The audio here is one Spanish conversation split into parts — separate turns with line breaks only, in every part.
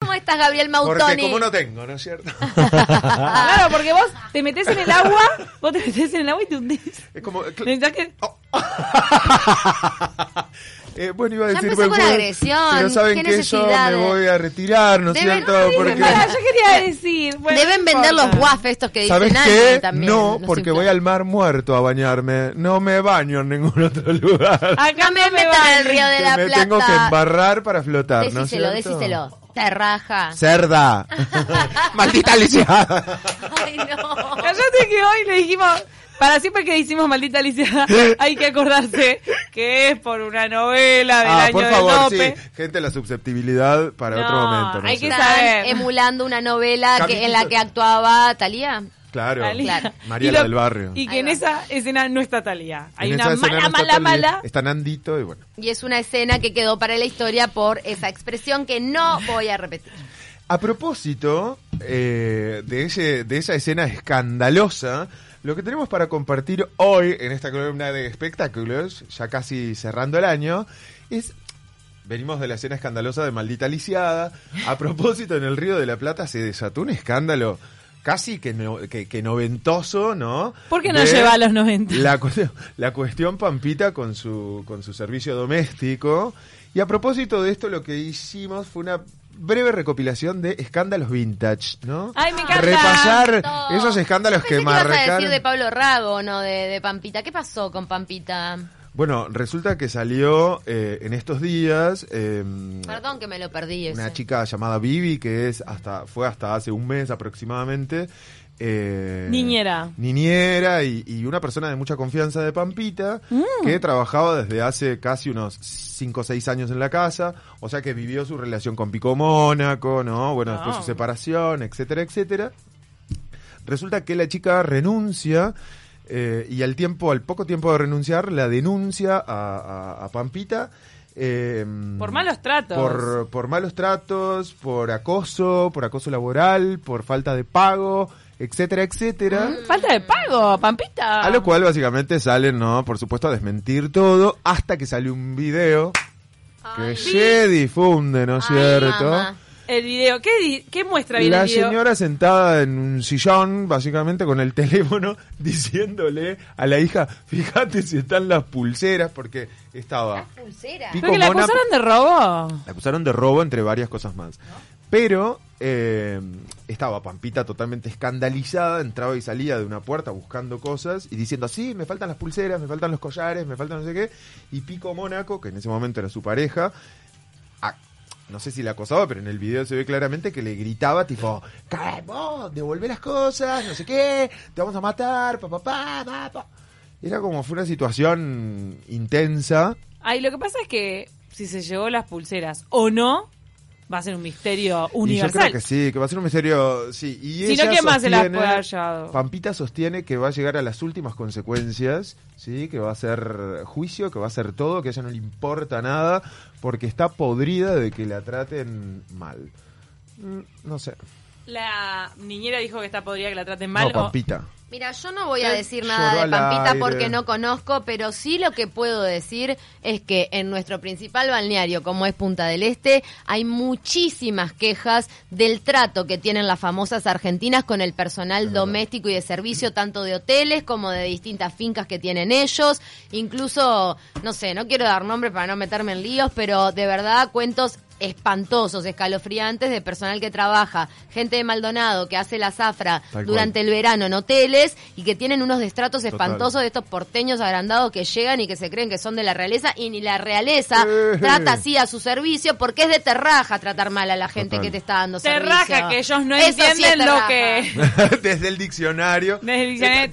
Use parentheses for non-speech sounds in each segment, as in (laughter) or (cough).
respuestas, Gabriel Mautoni.
Porque como no tengo, ¿no
(laughs)
es cierto?
Ah.
Claro, porque vos te metés en el agua, vos te metés en el agua y te hundís.
Es como...
Necesitas que...
Oh. (laughs) Eh, bueno, iba a
Ya
decir...
empezó
buen
con
jueves,
agresión,
Pero saben
qué
que yo me
necesidades.
voy a retirar, ¿no es
Deben-
cierto?
Sí,
Porque...
Pará, yo quería decir... bueno,
Deben
no
vender los
importa.
waffles estos que dicen
¿Sabes
Andy
qué?
también,
No,
los
porque
infla-
voy al mar muerto a bañarme. No me baño en ningún (laughs) otro lugar.
Acá
No me metan
vale.
al río de la
me
Plata.
tengo que embarrar para flotar, ¿no es
decíselo,
cierto?
decíselo. Te raja. (laughs)
Cerda. Maldita lisiada.
Ay, no.
Cállate que hoy le dijimos... Para siempre que hicimos
(laughs)
Maldita Alicia, hay que acordarse que es por una novela del
Ah,
año
por
de
favor, sí.
Lope.
Gente, la susceptibilidad para
No,
otro momento. ¿no
hay
es
que
cierto?
Están
saber.
emulando una novela que, en la
Capítulo-
que actuaba Talía.
Claro.
Talía.
Claro.
María
Y lo-
la del barrio.
Y
Ahí
que en
va.
esa escena no está Talía. Hay
En
una
esa escena
mala,
no está
mala,
tan bien.
mala.
Están andito y bueno.
Y es una escena que quedó para la historia por esa expresión que no voy a repetir.
A propósito eh, de, ese, de esa escena escandalosa, lo que tenemos para compartir hoy en esta columna de espectáculos, ya casi cerrando el año, es... Venimos de la escena escandalosa de Maldita Lisiada. A propósito, en el Río de la Plata se desató un escándalo casi que, no- que, que noventoso, ¿no?
¿Por qué no
De-
lleva a los
(laughs)
90?
la, cuestión- la cuestión Pampita con su, con su servicio doméstico. Y a propósito de esto, lo que hicimos fue una breve recopilación de escándalos vintage, ¿no?
Ay, me encanta.
Repasar
Todo.
esos escándalos
Yo pensé
que
ibas a decir
marcaron.
de Pablo Rago, no de, de Pampita. ¿Qué pasó con Pampita?
Bueno, resulta que salió eh, en estos días eh,
Perdón que me lo perdí.
una
ese.
chica llamada Vivi, que es hasta fue hasta hace un mes aproximadamente. eh,
Niñera.
Niñera y, y una persona de mucha confianza de Pampita,
Mm.
que trabajaba desde hace casi unos 5 o 6 años en la casa, o sea que vivió su relación con Pico Mónaco, ¿no? Bueno, después
No.
su separación, etcétera, etcétera. Resulta que la chica renuncia eh, y al tiempo, al poco tiempo de renunciar, la denuncia a, a- a Pampita. eh,
Por malos tratos.
Por, por malos tratos, por acoso, por acoso laboral, por falta de pago, etcétera, etcétera.
Falta de pago, Pampita.
A lo cual básicamente salen, ¿no? Por supuesto, a desmentir todo hasta que sale un video que
Ay.
se difunde, ¿no es
Ay,
cierto?
mamá.
El video, ¿qué, di- qué muestra bien
La
el video?
señora sentada en un sillón, básicamente con el (laughs) teléfono, diciéndole a la hija, fíjate si están las pulseras, porque estaba...
Pulsera.
Pico
Creo que la
Mona-
acusaron de robo.
La acusaron de robo, entre varias cosas más. Pero eh, estaba Pampita totalmente escandalizada, entraba y salía de una puerta buscando cosas y diciendo, sí, me faltan las pulseras, me faltan los collares, me faltan no sé qué. Y Pico Mónaco, que en ese momento era su pareja, a- no sé si la acosaba, pero en el video se ve claramente que le gritaba tipo, "Cae vos, devolvé las cosas, no sé qué, te vamos a matar, papá, papá, papá. Era como fue una situación intensa.
Ay, lo que pasa es que si se llevó las pulseras o no, va a ser un misterio
Y
universal.
yo creo que sí, que va a ser un misterio. Sí. Y
Si no,
ella
¿quién más se las
sostiene-
puede haber llevado?
Pampita sostiene que va a llegar a las últimas consecuencias, sí, que va a ser juicio, que va a ser todo, que a ella no le importa nada, porque está podrida de que la traten mal. Mm, No sé.
La niñera dijo que está podría que la traten mal.
no, Pampita. (laughs)
Mira, yo no voy a decir
Lloró
nada de
al
Pampita
aire.
porque no conozco, pero sí lo que puedo decir es que en nuestro principal balneario, como es Punta del Este, hay muchísimas quejas del trato que tienen las famosas argentinas con el personal doméstico y de servicio, tanto de hoteles como de distintas fincas que tienen ellos. Incluso, no sé, no quiero dar nombres para no meterme en líos, pero de verdad cuentos espantosos, escalofriantes de personal que trabaja, gente de Maldonado que hace la zafra
Tal cual.
durante el verano en hoteles y que tienen unos destratos
Total.
espantosos de estos porteños agrandados que llegan y que se creen que son de la realeza y ni la realeza
Eh.
trata así a su servicio porque es de terraja tratar mal a la gente
Total.
que te está dando
Terraja,
servicio.
Oh, que ellos no
Eso sí es
entienden lo
terraja.
que...
Desde el diccionario. Eh,
Desde el diccionario
Te-
de
te- lo que-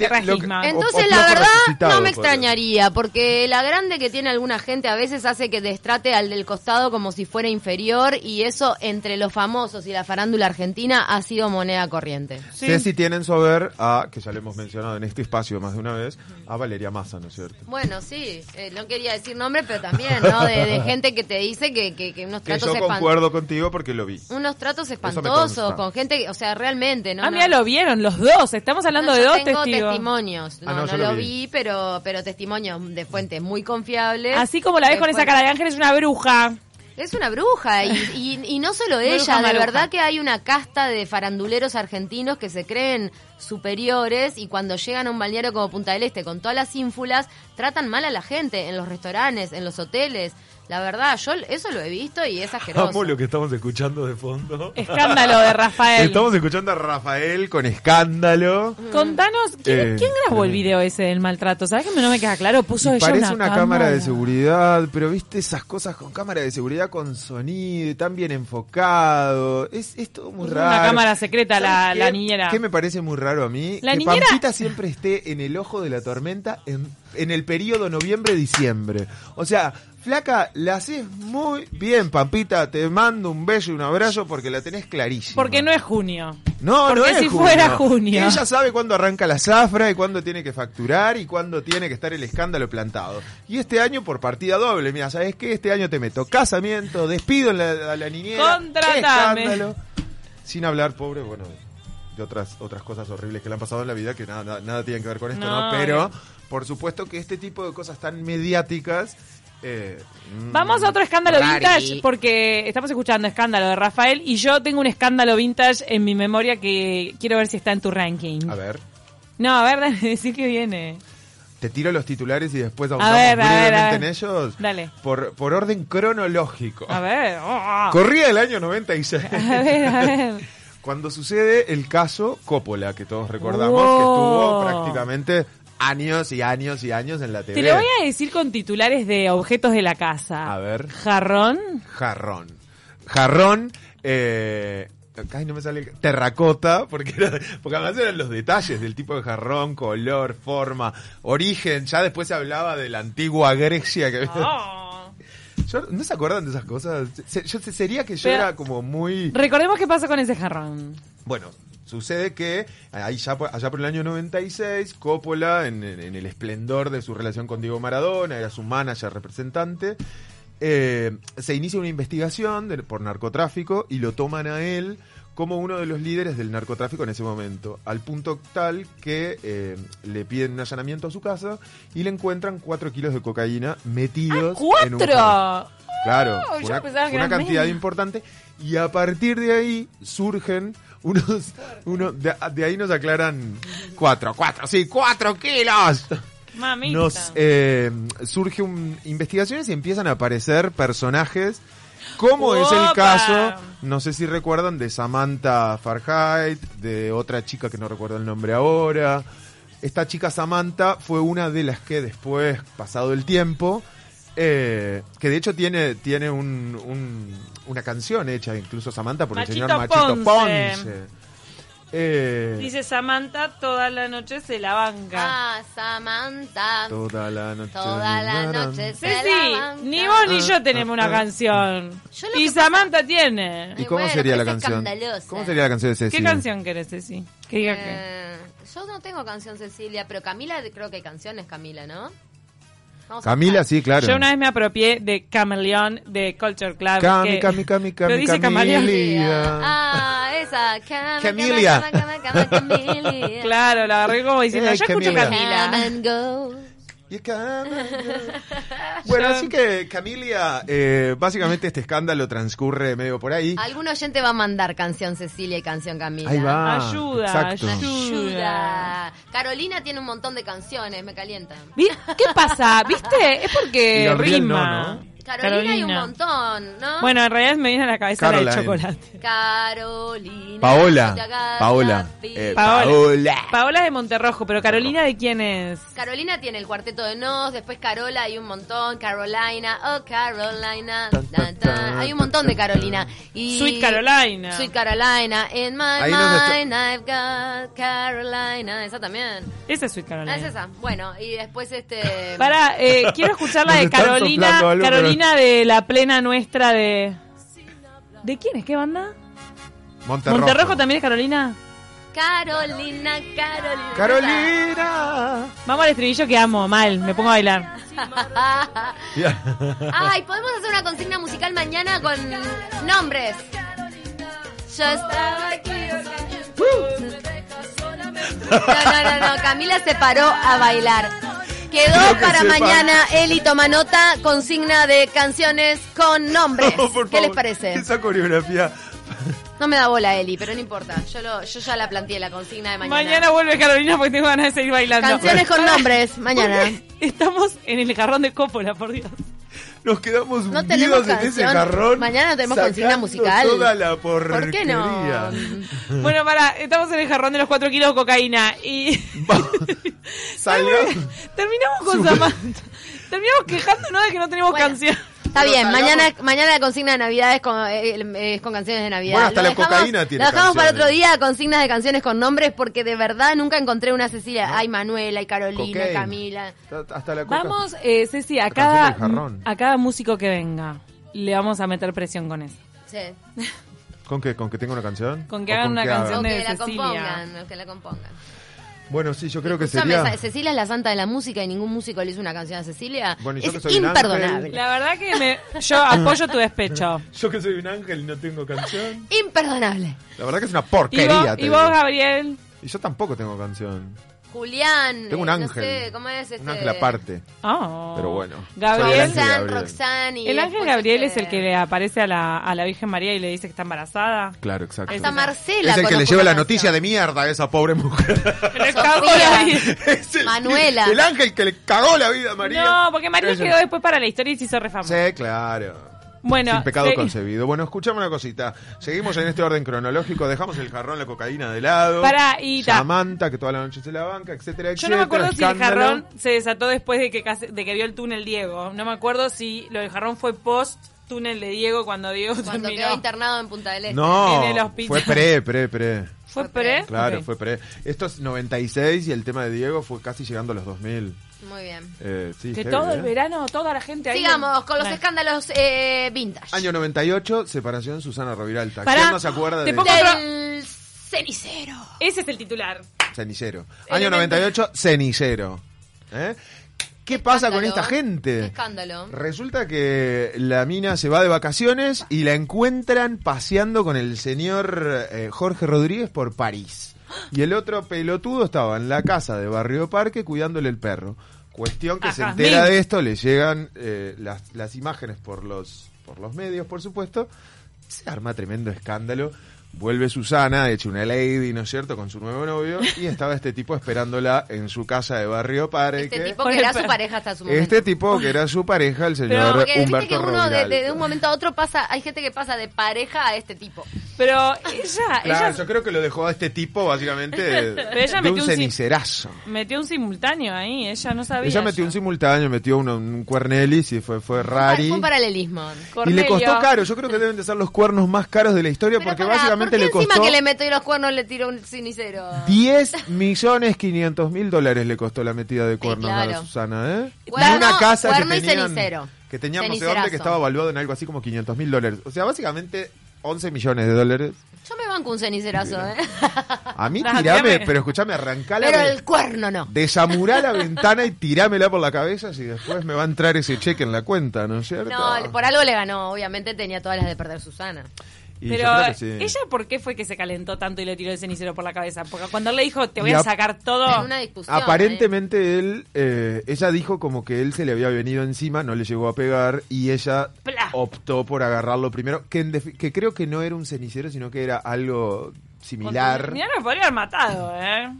terrajismo.
o-
Entonces,
o
la
flojo
verdad,
resucitado,
no me
podría ser.
extrañaría, porque la grande que tiene alguna gente a veces hace que destrate al del costado como si fuera inferior, y eso entre los famosos y la farándula argentina ha sido moneda corriente.
Sí.
Ceci tienen su haber a, que ya le hemos mencionado en este espacio más de una vez, a Valeria Massa, ¿no es cierto?
Bueno, sí, eh, no quería decir nombre, pero también, ¿no? De, de gente que te dice que, que, que unos
Que
tratos
yo
espan-
concuerdo contigo porque lo vi.
Unos tratos
me
espantosos
consta.
con gente, que- o sea, realmente, ¿no?
ah,
no.
mira, lo vieron los dos. Estamos hablando
No,
de
yo
dos
tengo
testigos.
testimonios. No,
Ah, no,
no,
yo
lo
lo
vi,
vi.
pero pero testimonios de fuentes muy confiables.
Así como la ves
Que
con esa
fueron-
cara de Ángel, es una bruja.
Es una bruja y, y- y no solo ella,
Bruja
de
maruja.
verdad que hay una casta de faranduleros argentinos que se creen superiores y cuando llegan a un balneario como Punta del Este con todas las ínfulas tratan mal a la gente en los restaurantes, en los hoteles. La verdad, yo eso lo he visto y es asqueroso.
Amo lo que estamos escuchando de fondo.
Escándalo de Rafael.
Estamos escuchando a Rafael con escándalo.
Contanos, ¿quién,
Eh,
quién grabó el video ese del maltrato? ¿Sabes que no me queda claro? Puso
Y
ella
parece una, cámara de
cámara.
seguridad, pero viste esas cosas con cámara de seguridad con sonido, y tan bien enfocado. Es, es todo muy
Es
raro.
Una cámara secreta, la,
¿Sabes
la
qué?
niñera.
¿Qué me parece muy raro a mí?
La
que
niñera-
Pampita siempre esté en el ojo de la tormenta en, en el periodo noviembre-diciembre. O sea, flaca, la haces muy bien, Pampita. Te mando un beso y un abrazo porque la tenés clarísima.
Porque no es junio.
No,
Porque
no es
si
junio.
fuera junio.
Ella sabe cuándo arranca la zafra y cuándo tiene que facturar y cuándo tiene que estar el escándalo plantado. Y este año por partida doble. Mira, ¿sabes qué? Este año te meto casamiento, despido en la, a la niñera.
Contratame.
Escándalo. Sin hablar, pobre, bueno, de otras, otras cosas horribles que le han pasado en la vida que nada, nada, nada tienen que ver con esto,
No,
¿no? Pero, por supuesto que este tipo de cosas tan mediáticas. eh, mm,
Vamos a otro escándalo
Rari.
vintage porque estamos escuchando escándalo de Rafael y yo tengo un escándalo vintage en mi memoria que quiero ver si está en tu ranking.
A ver,
No, a ver, (laughs) dale, decir que viene.
te tiro los titulares y después ahondamos
ver, a ver, a
brevemente
ver.
en ellos.
Dale.
Por, por orden cronológico.
A ver. oh.
Corría el año 96.
A ver, a ver.
(laughs) Cuando sucede el caso Coppola, que todos recordamos que
Wow.
estuvo prácticamente años y años y años en la TV.
Te lo voy a decir con titulares de objetos de la casa.
A ver. (laughs)
Jarrón.
Jarrón. Jarrón, eh... Ay, no me sale el- terracota, porque, era- porque además eran los detalles del tipo de jarrón, color, forma, origen. Ya después se hablaba de la antigua Grecia. Que...
Oh.
Yo- ¿No se acuerdan de esas cosas? Se- yo, sería que yo
Pero-
era como muy...
Recordemos qué pasó con ese jarrón.
Bueno, sucede que eh, ahí ya, por- allá por el año 96, Coppola, en, en- en el esplendor de su relación con Diego Maradona, era su manager representante, eh, se inicia una investigación de- por narcotráfico y lo toman a él como uno de los líderes del narcotráfico en ese momento, al punto tal que eh, le piden un allanamiento a su casa y le encuentran 4 kilos de cocaína metidos en un jarrón.
¡Cuatro!
Claro,
Oh, yo
una,
pensaba que
una
eran
cantidad
menos.
importante. Y a partir de ahí surgen unos... uno de, de ahí nos aclaran cuatro, cuatro, sí, cuatro kilos.
Mamita.
Nos eh, surge un, investigaciones y empiezan a aparecer personajes, como es
¡Opa!
el caso, no sé si recuerdan, de Samantha Farhait, de otra chica que no recuerdo el nombre ahora. Esta chica Samantha fue una de las que después, pasado el tiempo, eh, que de hecho tiene, tiene un- un- una canción hecha incluso Samantha por el señor
Machito
Machito
Ponce.
Ponce. Eh,
Dice Samantha, toda la noche se la banca.
Ah, Samantha,
toda la noche.
toda la noche se la banca.
Ceci, ni vos ni yo tenemos una
Ah,
canción.
Yo lo
Y
que pasa-
Samantha tiene.
¿Y
Y
cómo
bueno,
sería la
pero es
canción?
escandalosa.
¿Cómo sería la canción de
¿Qué
Cecilia?
canción querés, Ceci? Que diga qué.
Eh, yo no tengo canción Cecilia, pero Camila, creo que hay canciones Camila, ¿no? Vamos a
Camila,
buscar.
sí, claro.
Yo una vez me apropié de Camaleón de Culture Club.
Cami,
que-
Cami, Cami, Cami,
Lo dice
Camilia.
Camaleón.
Ah, esa. Cama,
Camilia.
cama,
(laughs)
cama, cama, Camilia.
Claro, la agarré como diciendo,
Ey,
yo escucho
Camila.
Come
Camila.
and go.
Y
(laughs)
Cam- bueno, así que Camilia, eh, básicamente este escándalo transcurre medio por ahí.
Algún oyente va a mandar canción Cecilia y canción Camila.
Ahí va. Ah,
Ayuda,
exacto.
ayuda.
Ayuda. Carolina tiene un montón de canciones, me calienta.
Vi- ¿Qué pasa? ¿Viste? Es
Y
porque
Gabriel no,
rima.
¿no?
Carolina, hay un montón, ¿no?
Bueno, en realidad me viene a la cabeza la de
Caroline.
chocolate.
Carolina.
Paola,
te hagas
Paola,
la pi-
eh,
Paola.
Paola.
Paola es de Monterrojo, pero Carolina de quién es?
Carolina tiene el cuarteto de nos, después Carola hay un montón, Carolina, oh Carolina,
Tan,
tan,
tan, tan,
hay un montón de
tan,
Carolina. Y
Sweet Carolina.
Sweet Carolina, in my
Ahí nos está-
mind I've got Carolina, esa también.
Esa es Sweet Carolina.
Ah, es esa. Bueno, y después este...
Para, eh, quiero escuchar la
Nos
de
están
Carolina,
soplando algo,
Carolina de la plena nuestra de... ¿De quién es? ¿Qué banda?
Monterrojo.
¿Monterrojo también es Carolina?
Carolina, Carolina.
Carolina.
Vamos al estribillo que amo, mal, me pongo a bailar.
(laughs) Ay, podemos hacer una consigna musical mañana con nombres. Yo estaba aquí. No, no, no, no. Camila se paró a bailar. Quedó para
sepan.
mañana Eli toma nota, consigna de canciones con nombres.
No, (laughs) por
¿Qué les
favor,
parece?
Esa coreografía.
No me da bola Eli, pero no importa. Yo, lo- yo ya la planteé la consigna de mañana.
Mañana vuelve Carolina porque tengo ganas de seguir bailando.
Canciones con
Pará,
nombres, mañana.
porque (laughs) Estamos en el jarrón de Coppola, por Dios.
Nos quedamos
No
hundidos
tenemos
en ese
canción.
jarrón.
Mañana tenemos consigna
sacando
musical.
Toda la
¿Por qué no?
porquería.
Bueno, para, estamos en el jarrón de los 4 kilos de cocaína y (laughs)
(laughs) Salgamos.
terminamos con Samantha. Terminamos quejándonos de que no tenemos
Bueno.
canción.
Está
Pero
bien,
salgamos-
mañana, mañana la consigna de Navidad es con, eh, eh, es con canciones de Navidad.
Bueno, hasta
Lo
la cocaína tiene
Lo dejamos para
canciones.
otro día, consignas de canciones con nombres, porque de verdad nunca encontré una Cecilia. Hay Manuela, hay Carolina, hay
Cocaine.
Camila.
Ta- Hasta la coca.
Vamos, eh, Ceci, a
La canción
cada,
del jarrón.
a cada músico que venga le vamos a meter presión con eso.
Sí.
¿Con qué? ¿Con que tenga una canción?
Con que
¿O
hagan una
O
canción
que
de
la
Cecilia.
compongan, o que la compongan.
Bueno, sí, yo creo que
Escúchame,
sería...
Sa- Cecilia es la santa de la música y ningún músico le hizo una canción a Cecilia.
Bueno, y yo que
es
soy un
imperdonable.
ángel.
La verdad que me, yo apoyo tu despecho.
Yo que soy un ángel y no tengo canción.
Imperdonable.
La verdad que es una
Y
porquería.
vos,
te
y vos
digo.
Gabriel,
Y yo tampoco tengo canción.
Julián.
Tengo un
eh,
ángel.
No sé, ¿cómo es este?
Un ángel aparte.
Ah.
Pero bueno. Soy el
Gabriel.
ángel.
Roxanne,
Gabriel.
Roxanne y
El ángel
después
Gabriel es
este-
el que le aparece a la, a la Virgen María y le dice que está
(laughs)
embarazada.
Claro, exacto.
Hasta Marcela.
es el que
conozco
le lleva
una
la
canción.
noticia de mierda a esa pobre mujer. (laughs)
Que le
Sofía.
cagó la vida.
Es el-
Manuela.
El ángel que le cagó la vida a María.
No, porque María
Ella-
quedó después para la historia y se hizo refama.
Sí, claro.
Bueno,
Sin pecado
se-
concebido. Bueno, escuchame una cosita. Seguimos en este orden cronológico. Dejamos el jarrón, la cocaína de lado.
Pará, y ta-
Samantha, que toda la noche se la banca, etcétera,
yo
etcétera.
no me acuerdo si el
escándalo.
jarrón se desató después de que, case- de que vio el túnel Diego. No me acuerdo si lo del jarrón fue post túnel de Diego cuando Diego
Cuando
terminó.
quedó internado en Punta del Este.
No,
en el hospital.
fue pre, pre, pre.
¿Fue pre?
Claro,
Ok.
fue pre. Esto es 96 y el tema de Diego fue casi llegando a los 2000.
Muy bien.
Eh, sí,
Que
heavy,
todo
¿eh?
el verano, toda la gente ahí.
Sigamos con los
Bueno.
escándalos eh, vintage.
Año 98, separación Susana Roviralta.
Pará,
¿Quién no se acuerda
te
de
pongo-
Del cenicero.
Ese es el titular.
Cenicero? Año
Elemento.
98, Cenicero. ¿Eh? ¿Qué pasa con esta
Escándalo. Qué
gente?
escándalo.
Resulta que la mina se va de vacaciones y la encuentran paseando con el señor eh, Jorge Rodríguez por París. Y el otro pelotudo estaba en la casa de Barrio Parque cuidándole el perro. Cuestión que
A
se
Jazmín.
entera de esto, le llegan eh, las, las imágenes por los, por los medios, por supuesto. Se arma tremendo escándalo. Vuelve Susana, hecho una lady, ¿no es cierto?, con su nuevo novio. Y estaba este tipo esperándola en su casa de Barrio Parque.
Este tipo
Con
que
el
era su
perro.
pareja hasta su momento.
Este tipo que era su pareja, el
Pero
señor
porque viste que
Humberto
uno de,
Roviral.
de- de un momento a otro pasa, hay gente que pasa de pareja a este tipo.
Pero ella,
Claro,
ella
yo creo que lo dejó a este
(laughs)
tipo básicamente de,
ella
de
metió
un
un sim-
cenicerazo.
metió un simultáneo ahí. Ella no sabía.
Ella metió
yo.
un simultáneo, metió uno- un cuernelis y fue, fue rari.
Fue un paralelismo.
Y le costó
Cornelio.
caro, yo creo que deben de ser los cuernos más caros de la historia
Pero
porque
pará,
básicamente
¿por qué
le costó
encima que le meto y los cuernos le tiro un cenicero?
10 millones 500 mil dólares le costó la metida de cuernos a la
claro.
Susana, ¿eh?
Cuerno-
y una casa que
cuerno y
tenían,
cenicero.
que tenían no sé dónde
Cenicerazo.
que estaba valuado en algo así como 500 mil dólares. O sea, básicamente 11 millones de dólares.
Yo me banco un cenicerazo, ¿eh?
(laughs) A mí
No,
tirame,
tirame.
pero escuchame, arrancala.
Pero el cuerno no.
Desamurá la ventana y tirámela por la cabeza si después me va a entrar ese cheque en la cuenta, ¿no es cierto?
No, por algo le ganó, obviamente tenía todas las de perder Susana.
Y yo
Pero
creo que sí.
ella, ¿por qué fue que se calentó tanto y le tiró el cenicero por la cabeza? Porque cuando él le dijo, te voy
Y
a
ap-
sacar todo.
(laughs)
En una discusión.
Aparentemente él, eh, ella dijo como que él se le había venido encima, no le llegó a pegar y ella
Pla.
optó por agarrarlo primero, que, en defi- que creo que no era un cenicero, sino que era algo similar.
Mirá, lo podría haber matado, ¿eh?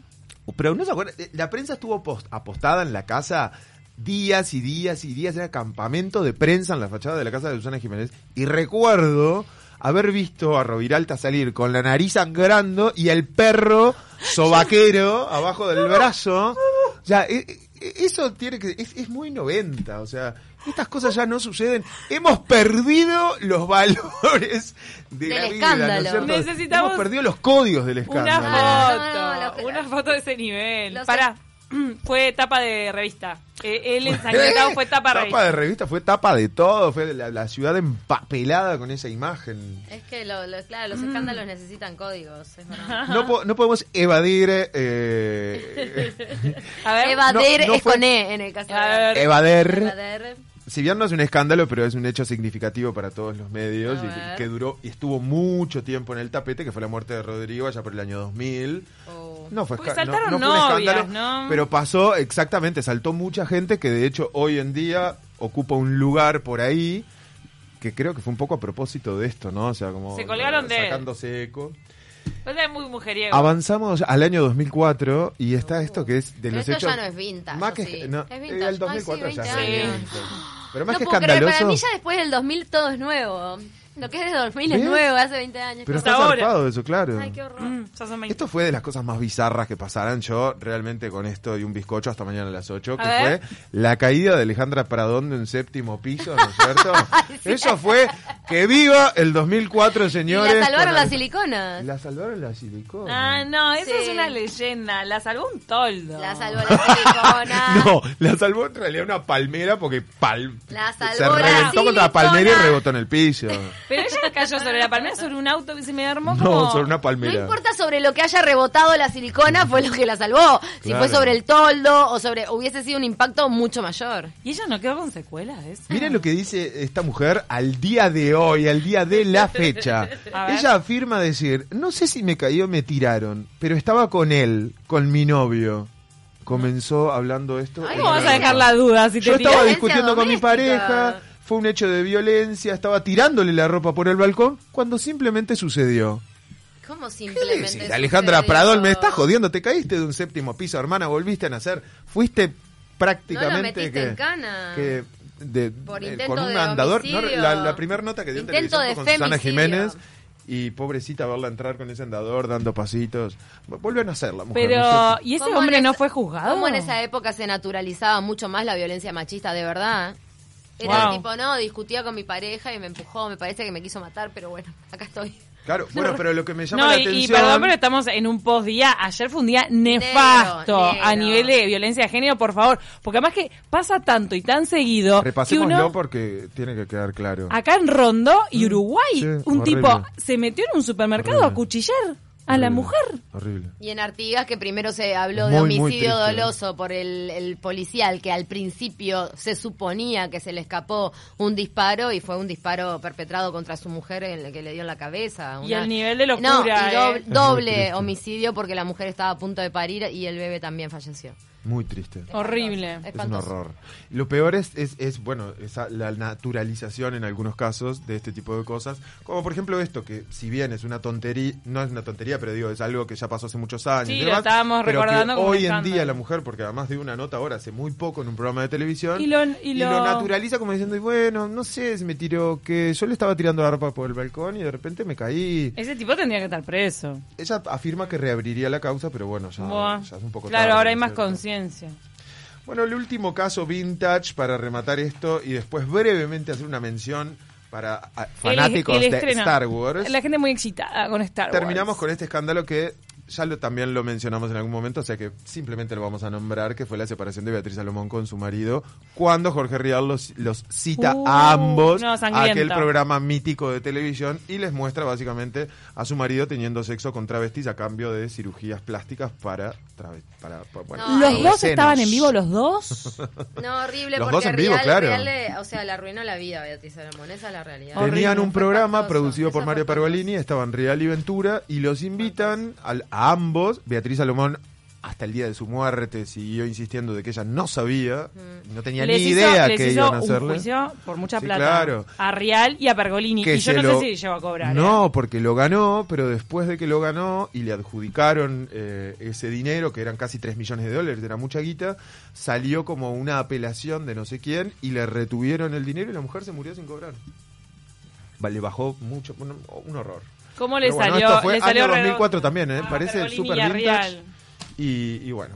Pero no se acuerda, eh, la prensa estuvo post- apostada en la casa días y días y días, era campamento de prensa en la fachada de la casa de Susana Jiménez. Y recuerdo haber visto a Roviralta salir con la nariz sangrando y el perro
(laughs)
sobaquero abajo del brazo. Ya, eh, eh, eso tiene que. Es, es muy 90, o sea. Estas cosas ya no suceden. Hemos perdido los valores de
Del
la vida, ¿no es
escándalo.
cierto?
Necesitamos
Hemos perdido los códigos del
Una
escándalo.
foto.
No, no, no, lo-
una foto de ese nivel.
Lo sé.
Pará. (clears throat) Fue tapa de revista. Eh, él ensangrentado
¿Eh?
fue tapa de
Tapa
revista.
de revista, fue tapa de todo, fue la, la ciudad empapelada con esa imagen.
¿eh? Es que, lo, lo- claro, los escándalos necesitan códigos, es verdad.
No, po- no podemos evadir eh,
(laughs) A ver.
Evader
no
es
fue-
con E en el caso
A
de...
ver.
evader.
Evader.
Si bien no es un escándalo, pero es un hecho significativo para todos los medios
A
y
ver.
que duró y estuvo mucho tiempo en el tapete, que fue la muerte de Rodrigo allá por el año 2000.
Oh.
tampoco.
No fue,
Porque
esca- no-
Pues saltaron
no fue un
novias,
escándalo,
¿no?
Pero pasó, exactamente, saltó mucha gente que de hecho hoy en día ocupa un lugar por ahí que creo que fue un poco a propósito de esto, ¿no? O sea, como
Se colgaron de él.
sacándose eco.
Pues es muy mujeriego.
Avanzamos al año 2004 y está esto que es de
Pero
los
esto
hechos
ya no es vintage,
más
¿o
que
sí?
no,
Es
eh,
vintage.
el 2004
Ay, sí,
ya
20
es
años.
vintage. Pero más
No
que
puedo creer,
escandaloso.
para mí ya después del 2000 todo es nuevo. Lo que es de 2000 es
¿Ves?
nuevo, hace 20 años.
Pero
Como-
está
ahora.
zarpado eso, claro.
Ay, qué horror.
Mm, ya son 20.
Esto fue de las cosas más bizarras que pasaran yo realmente con esto y un bizcocho hasta mañana a las 8, que
A ver.
fue la caída de Alejandra Pradón de un séptimo piso, ¿no es
(laughs)
cierto? Eso fue que viva el 2004,
Y
señores.
la salvaron
con
las
el-
siliconas. La,
La salvaron las siliconas.
Ah, no, eso
Sí.
es una leyenda. La salvó un toldo.
salvó las siliconas.
(laughs) No, la salvó en realidad una palmera porque pal-
La
se
salvó la
reventó contra la palmera y
silicona.
rebotó en el piso.
Pero ella no cayó sobre la palmera, sobre un auto que se me armó como...
No, sobre una
No
palmera.
importa sobre lo que haya rebotado la silicona, fue lo que la salvó. Si
Claro.
fue sobre el toldo o sobre. hubiese sido un impacto mucho mayor.
Y ella no quedó con secuelas de eso.
Miren lo que dice esta mujer al día de hoy, al día de la fecha.
(laughs) A ver.
Ella afirma decir, no sé si me cayó o me tiraron, pero estaba con él, con mi novio. Comenzó hablando esto.
Ay,
en
¿Cómo vas
una-
a dejar la duda si te
Yo estaba
Violencia
discutiendo con mi
doméstica.
pareja, fue un hecho de violencia, estaba tirándole la ropa por el balcón cuando simplemente sucedió.
¿Cómo
¿Qué le decís?
simplemente?
Alejandra
sucedió?
Pradol, me estás jodiendo, te caíste de un séptimo piso, hermana, volviste a nacer, fuiste prácticamente
No lo metiste
que,
en cana.
que de-
Por
eh,
intento
con un
de
andador, No,
homicidio.
la, la primera nota que dio en
Intento
televisión fue
de
con Susana
femicidio.
Jiménez y pobrecita verla entrar con ese andador dando pasitos. Vu- Vuelven a hacerla, mujer. no
Pero,
sé.
¿y ese
¿Cómo
hombre
en
no
esa-
fue juzgado?
¿Cómo en esa época se naturalizaba mucho más la violencia machista, de verdad? Era
Wow.
tipo, no, discutía con mi pareja y me empujó, me parece que me quiso matar, pero bueno, (laughs) acá estoy.
Claro,
(laughs)
bueno, pero lo que me llama
No,
la
y, y
atención
perdón, pero estamos en un postdía. Ayer fue un día nefasto
Negro,
a
negro.
nivel de violencia de género, por favor. Porque además que pasa tanto y tan seguido que
Repasémoslo
uno...
porque tiene que quedar claro.
Acá en Rondó y Uruguay,
sí,
un
horrible.
tipo se metió en un supermercado
Horrible.
a cuchillar a la
Horrible,
mujer.
Horrible.
Y en Artigas, que primero se habló de
Muy, muy
homicidio
triste. ¿eh?
doloso por el, el policial, que al principio se suponía que se le escapó un disparo y fue un disparo perpetrado contra su mujer en el que le dio en la cabeza.
Y el nivel de locura,
No, y doble,
eh.
doble
Es muy triste.
homicidio porque la mujer estaba a punto de parir y el bebé también falleció.
Muy triste.
Horrible.
Es un
Espantoso.
horror. Lo peor es, es, es, bueno, esa, la naturalización en algunos casos de este tipo de cosas. Como por ejemplo esto, que si bien es una tontería, no es una tontería, pero digo, es algo que ya pasó hace muchos años.
Sí,
y
lo
demás,
estábamos
pero que
recordando como un
Hoy en
escándalo.
día la mujer, porque además de una nota ahora hace muy poco en un programa de televisión,
Y lo- y lo-
naturaliza como diciendo, y bueno, no sé, se me tiró, que yo le estaba tirando la ropa por el balcón y de repente me caí.
Ese tipo tendría que estar preso.
Ella afirma que reabriría la causa, pero bueno, ya,
Buah.
ya es un poco
claro,
tarde,
ahora hay
¿no
más
es cierto?
conciencia.
Bueno, el último caso vintage para rematar esto y después brevemente hacer una mención para ah, fanáticos
El- el
de
estreno.
Star Wars.
La gente muy excitada con Star Wars.
Terminamos con este escándalo que ya lo, también lo mencionamos en algún momento, o sea que simplemente lo vamos a nombrar, que fue la separación de Beatriz Salomón con su marido, cuando Jorge Rial los, los cita
Uh,
a ambos
no,
a
sangriento.
aquel programa mítico de televisión y les muestra básicamente a su marido teniendo sexo con travestis a cambio de cirugías plásticas para... trave- para, para- bueno,
No,
¿Los
Ay,
dos
senos.
estaban en vivo, los dos?
No, horrible.
Los
porque
dos en vivo,
real-
claro.
real le- o sea, le arruinó la vida a Beatriz Salomón. Esa es la realidad.
Horrible.
Tenían un programa
Espantoso,
producido por Mario
espantoso.
Pergolini, estaban Real y Ventura, y los invitan al- a ambos. Beatriz Salomón, hasta el día de su muerte, siguió insistiendo de que ella no sabía, no tenía
les
(laughs) ni
hizo,
idea
les
que
hizo
iban a
un
hacerle.
juicio por mucha
Sí,
plata
claro.
a Real y a Pergolini.
que
y yo
se
no
lo-
sé si llegó a cobrar. ¿eh?
No, porque lo ganó, pero después de que lo ganó y le adjudicaron eh, ese dinero, que eran casi 3 millones de dólares, era mucha guita, salió como una apelación de no sé quién y le retuvieron el dinero y la mujer se murió sin cobrar. Va- Le bajó mucho, un, un horror.
¿eh? ¿Cómo le
Pero bueno,
salió?
esto fue
le salió
año
redondo.
2004 también, ¿eh?
Ah,
Parece
Pergolini
súper
y a
vintage.
Real.
Y, y bueno.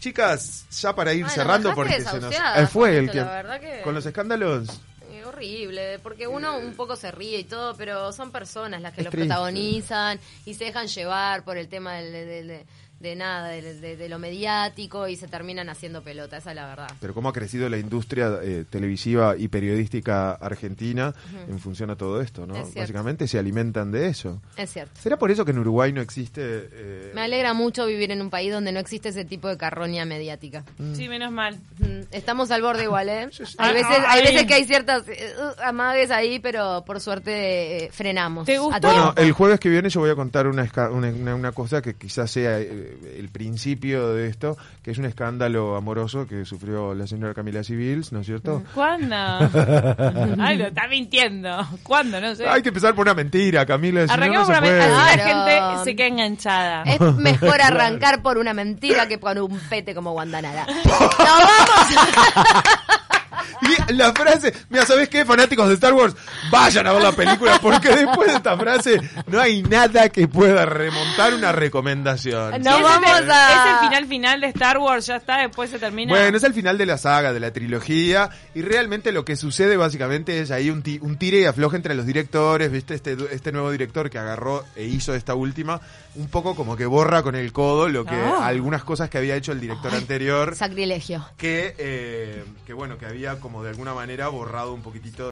Chicas, ya para ir
Ay, nos
cerrando,
dejaste
porque se nos.
desahuciadas
Eh, fue
con
el
esto,
que,
la verdad que-
Con los escándalos.
Eh, horrible, porque uno un poco se ríe y todo, pero son personas las que
es
lo
triste.
protagonizan y se dejan llevar por el tema del- del- del- de, nada, del- de, de lo mediático y se terminan haciendo pelota, esa es la verdad.
Pero cómo ha crecido la industria eh, televisiva y periodística argentina en función a todo esto, ¿no?
Es cierto.
Básicamente se alimentan de eso.
Es cierto.
¿Será por eso que en Uruguay no existe. eh,
Me alegra mucho vivir en un país donde no existe ese tipo de carroña mediática.
Sí, menos mal.
Mm, Estamos al borde igual, ¿eh?
Ah,
Hay veces,
ah,
hay
ahí.
veces que hay ciertas eh, uh, amagues ahí, pero por suerte eh, frenamos.
¿Te
a
gustó?
tiempo.
Bueno, el jueves que viene yo voy a contar una, esca- una, una- una cosa que quizás sea eh, eh, el principio de esto, que es un escándalo amoroso que sufrió la señora Camila Civils, ¿no es cierto? (laughs)
¿Cuándo? Ay, lo está mintiendo. ¿Cuándo? No sé.
Hay que empezar por una mentira, Camila. si no, no
Arranquemos
se
por la
puede.
ventana. Así la
Claro.
gente se queda enganchada.
Es mejor arrancar por una mentira que por un pete como Guandanara. ¡No, vamos!
Y la frase, mira, ¿sabés qué? Fanáticos de Star Wars, vayan a ver la película porque después de esta frase no hay nada que pueda remontar una recomendación.
No
Sí, ese es el-
vamos a-
Es el final final de Star Wars, ya está, después se termina.
Bueno, es el final de la saga, de la trilogía, y realmente lo que sucede básicamente es ahí un, ti- un tire y afloje entre los directores, ¿viste? Este, du- este nuevo director que agarró e hizo esta última, un poco como que borra con el codo lo que
No.
algunas cosas que había hecho el director anterior,
Sacrilegio.
que, eh, que bueno, que había como de alguna manera borrado un poquitito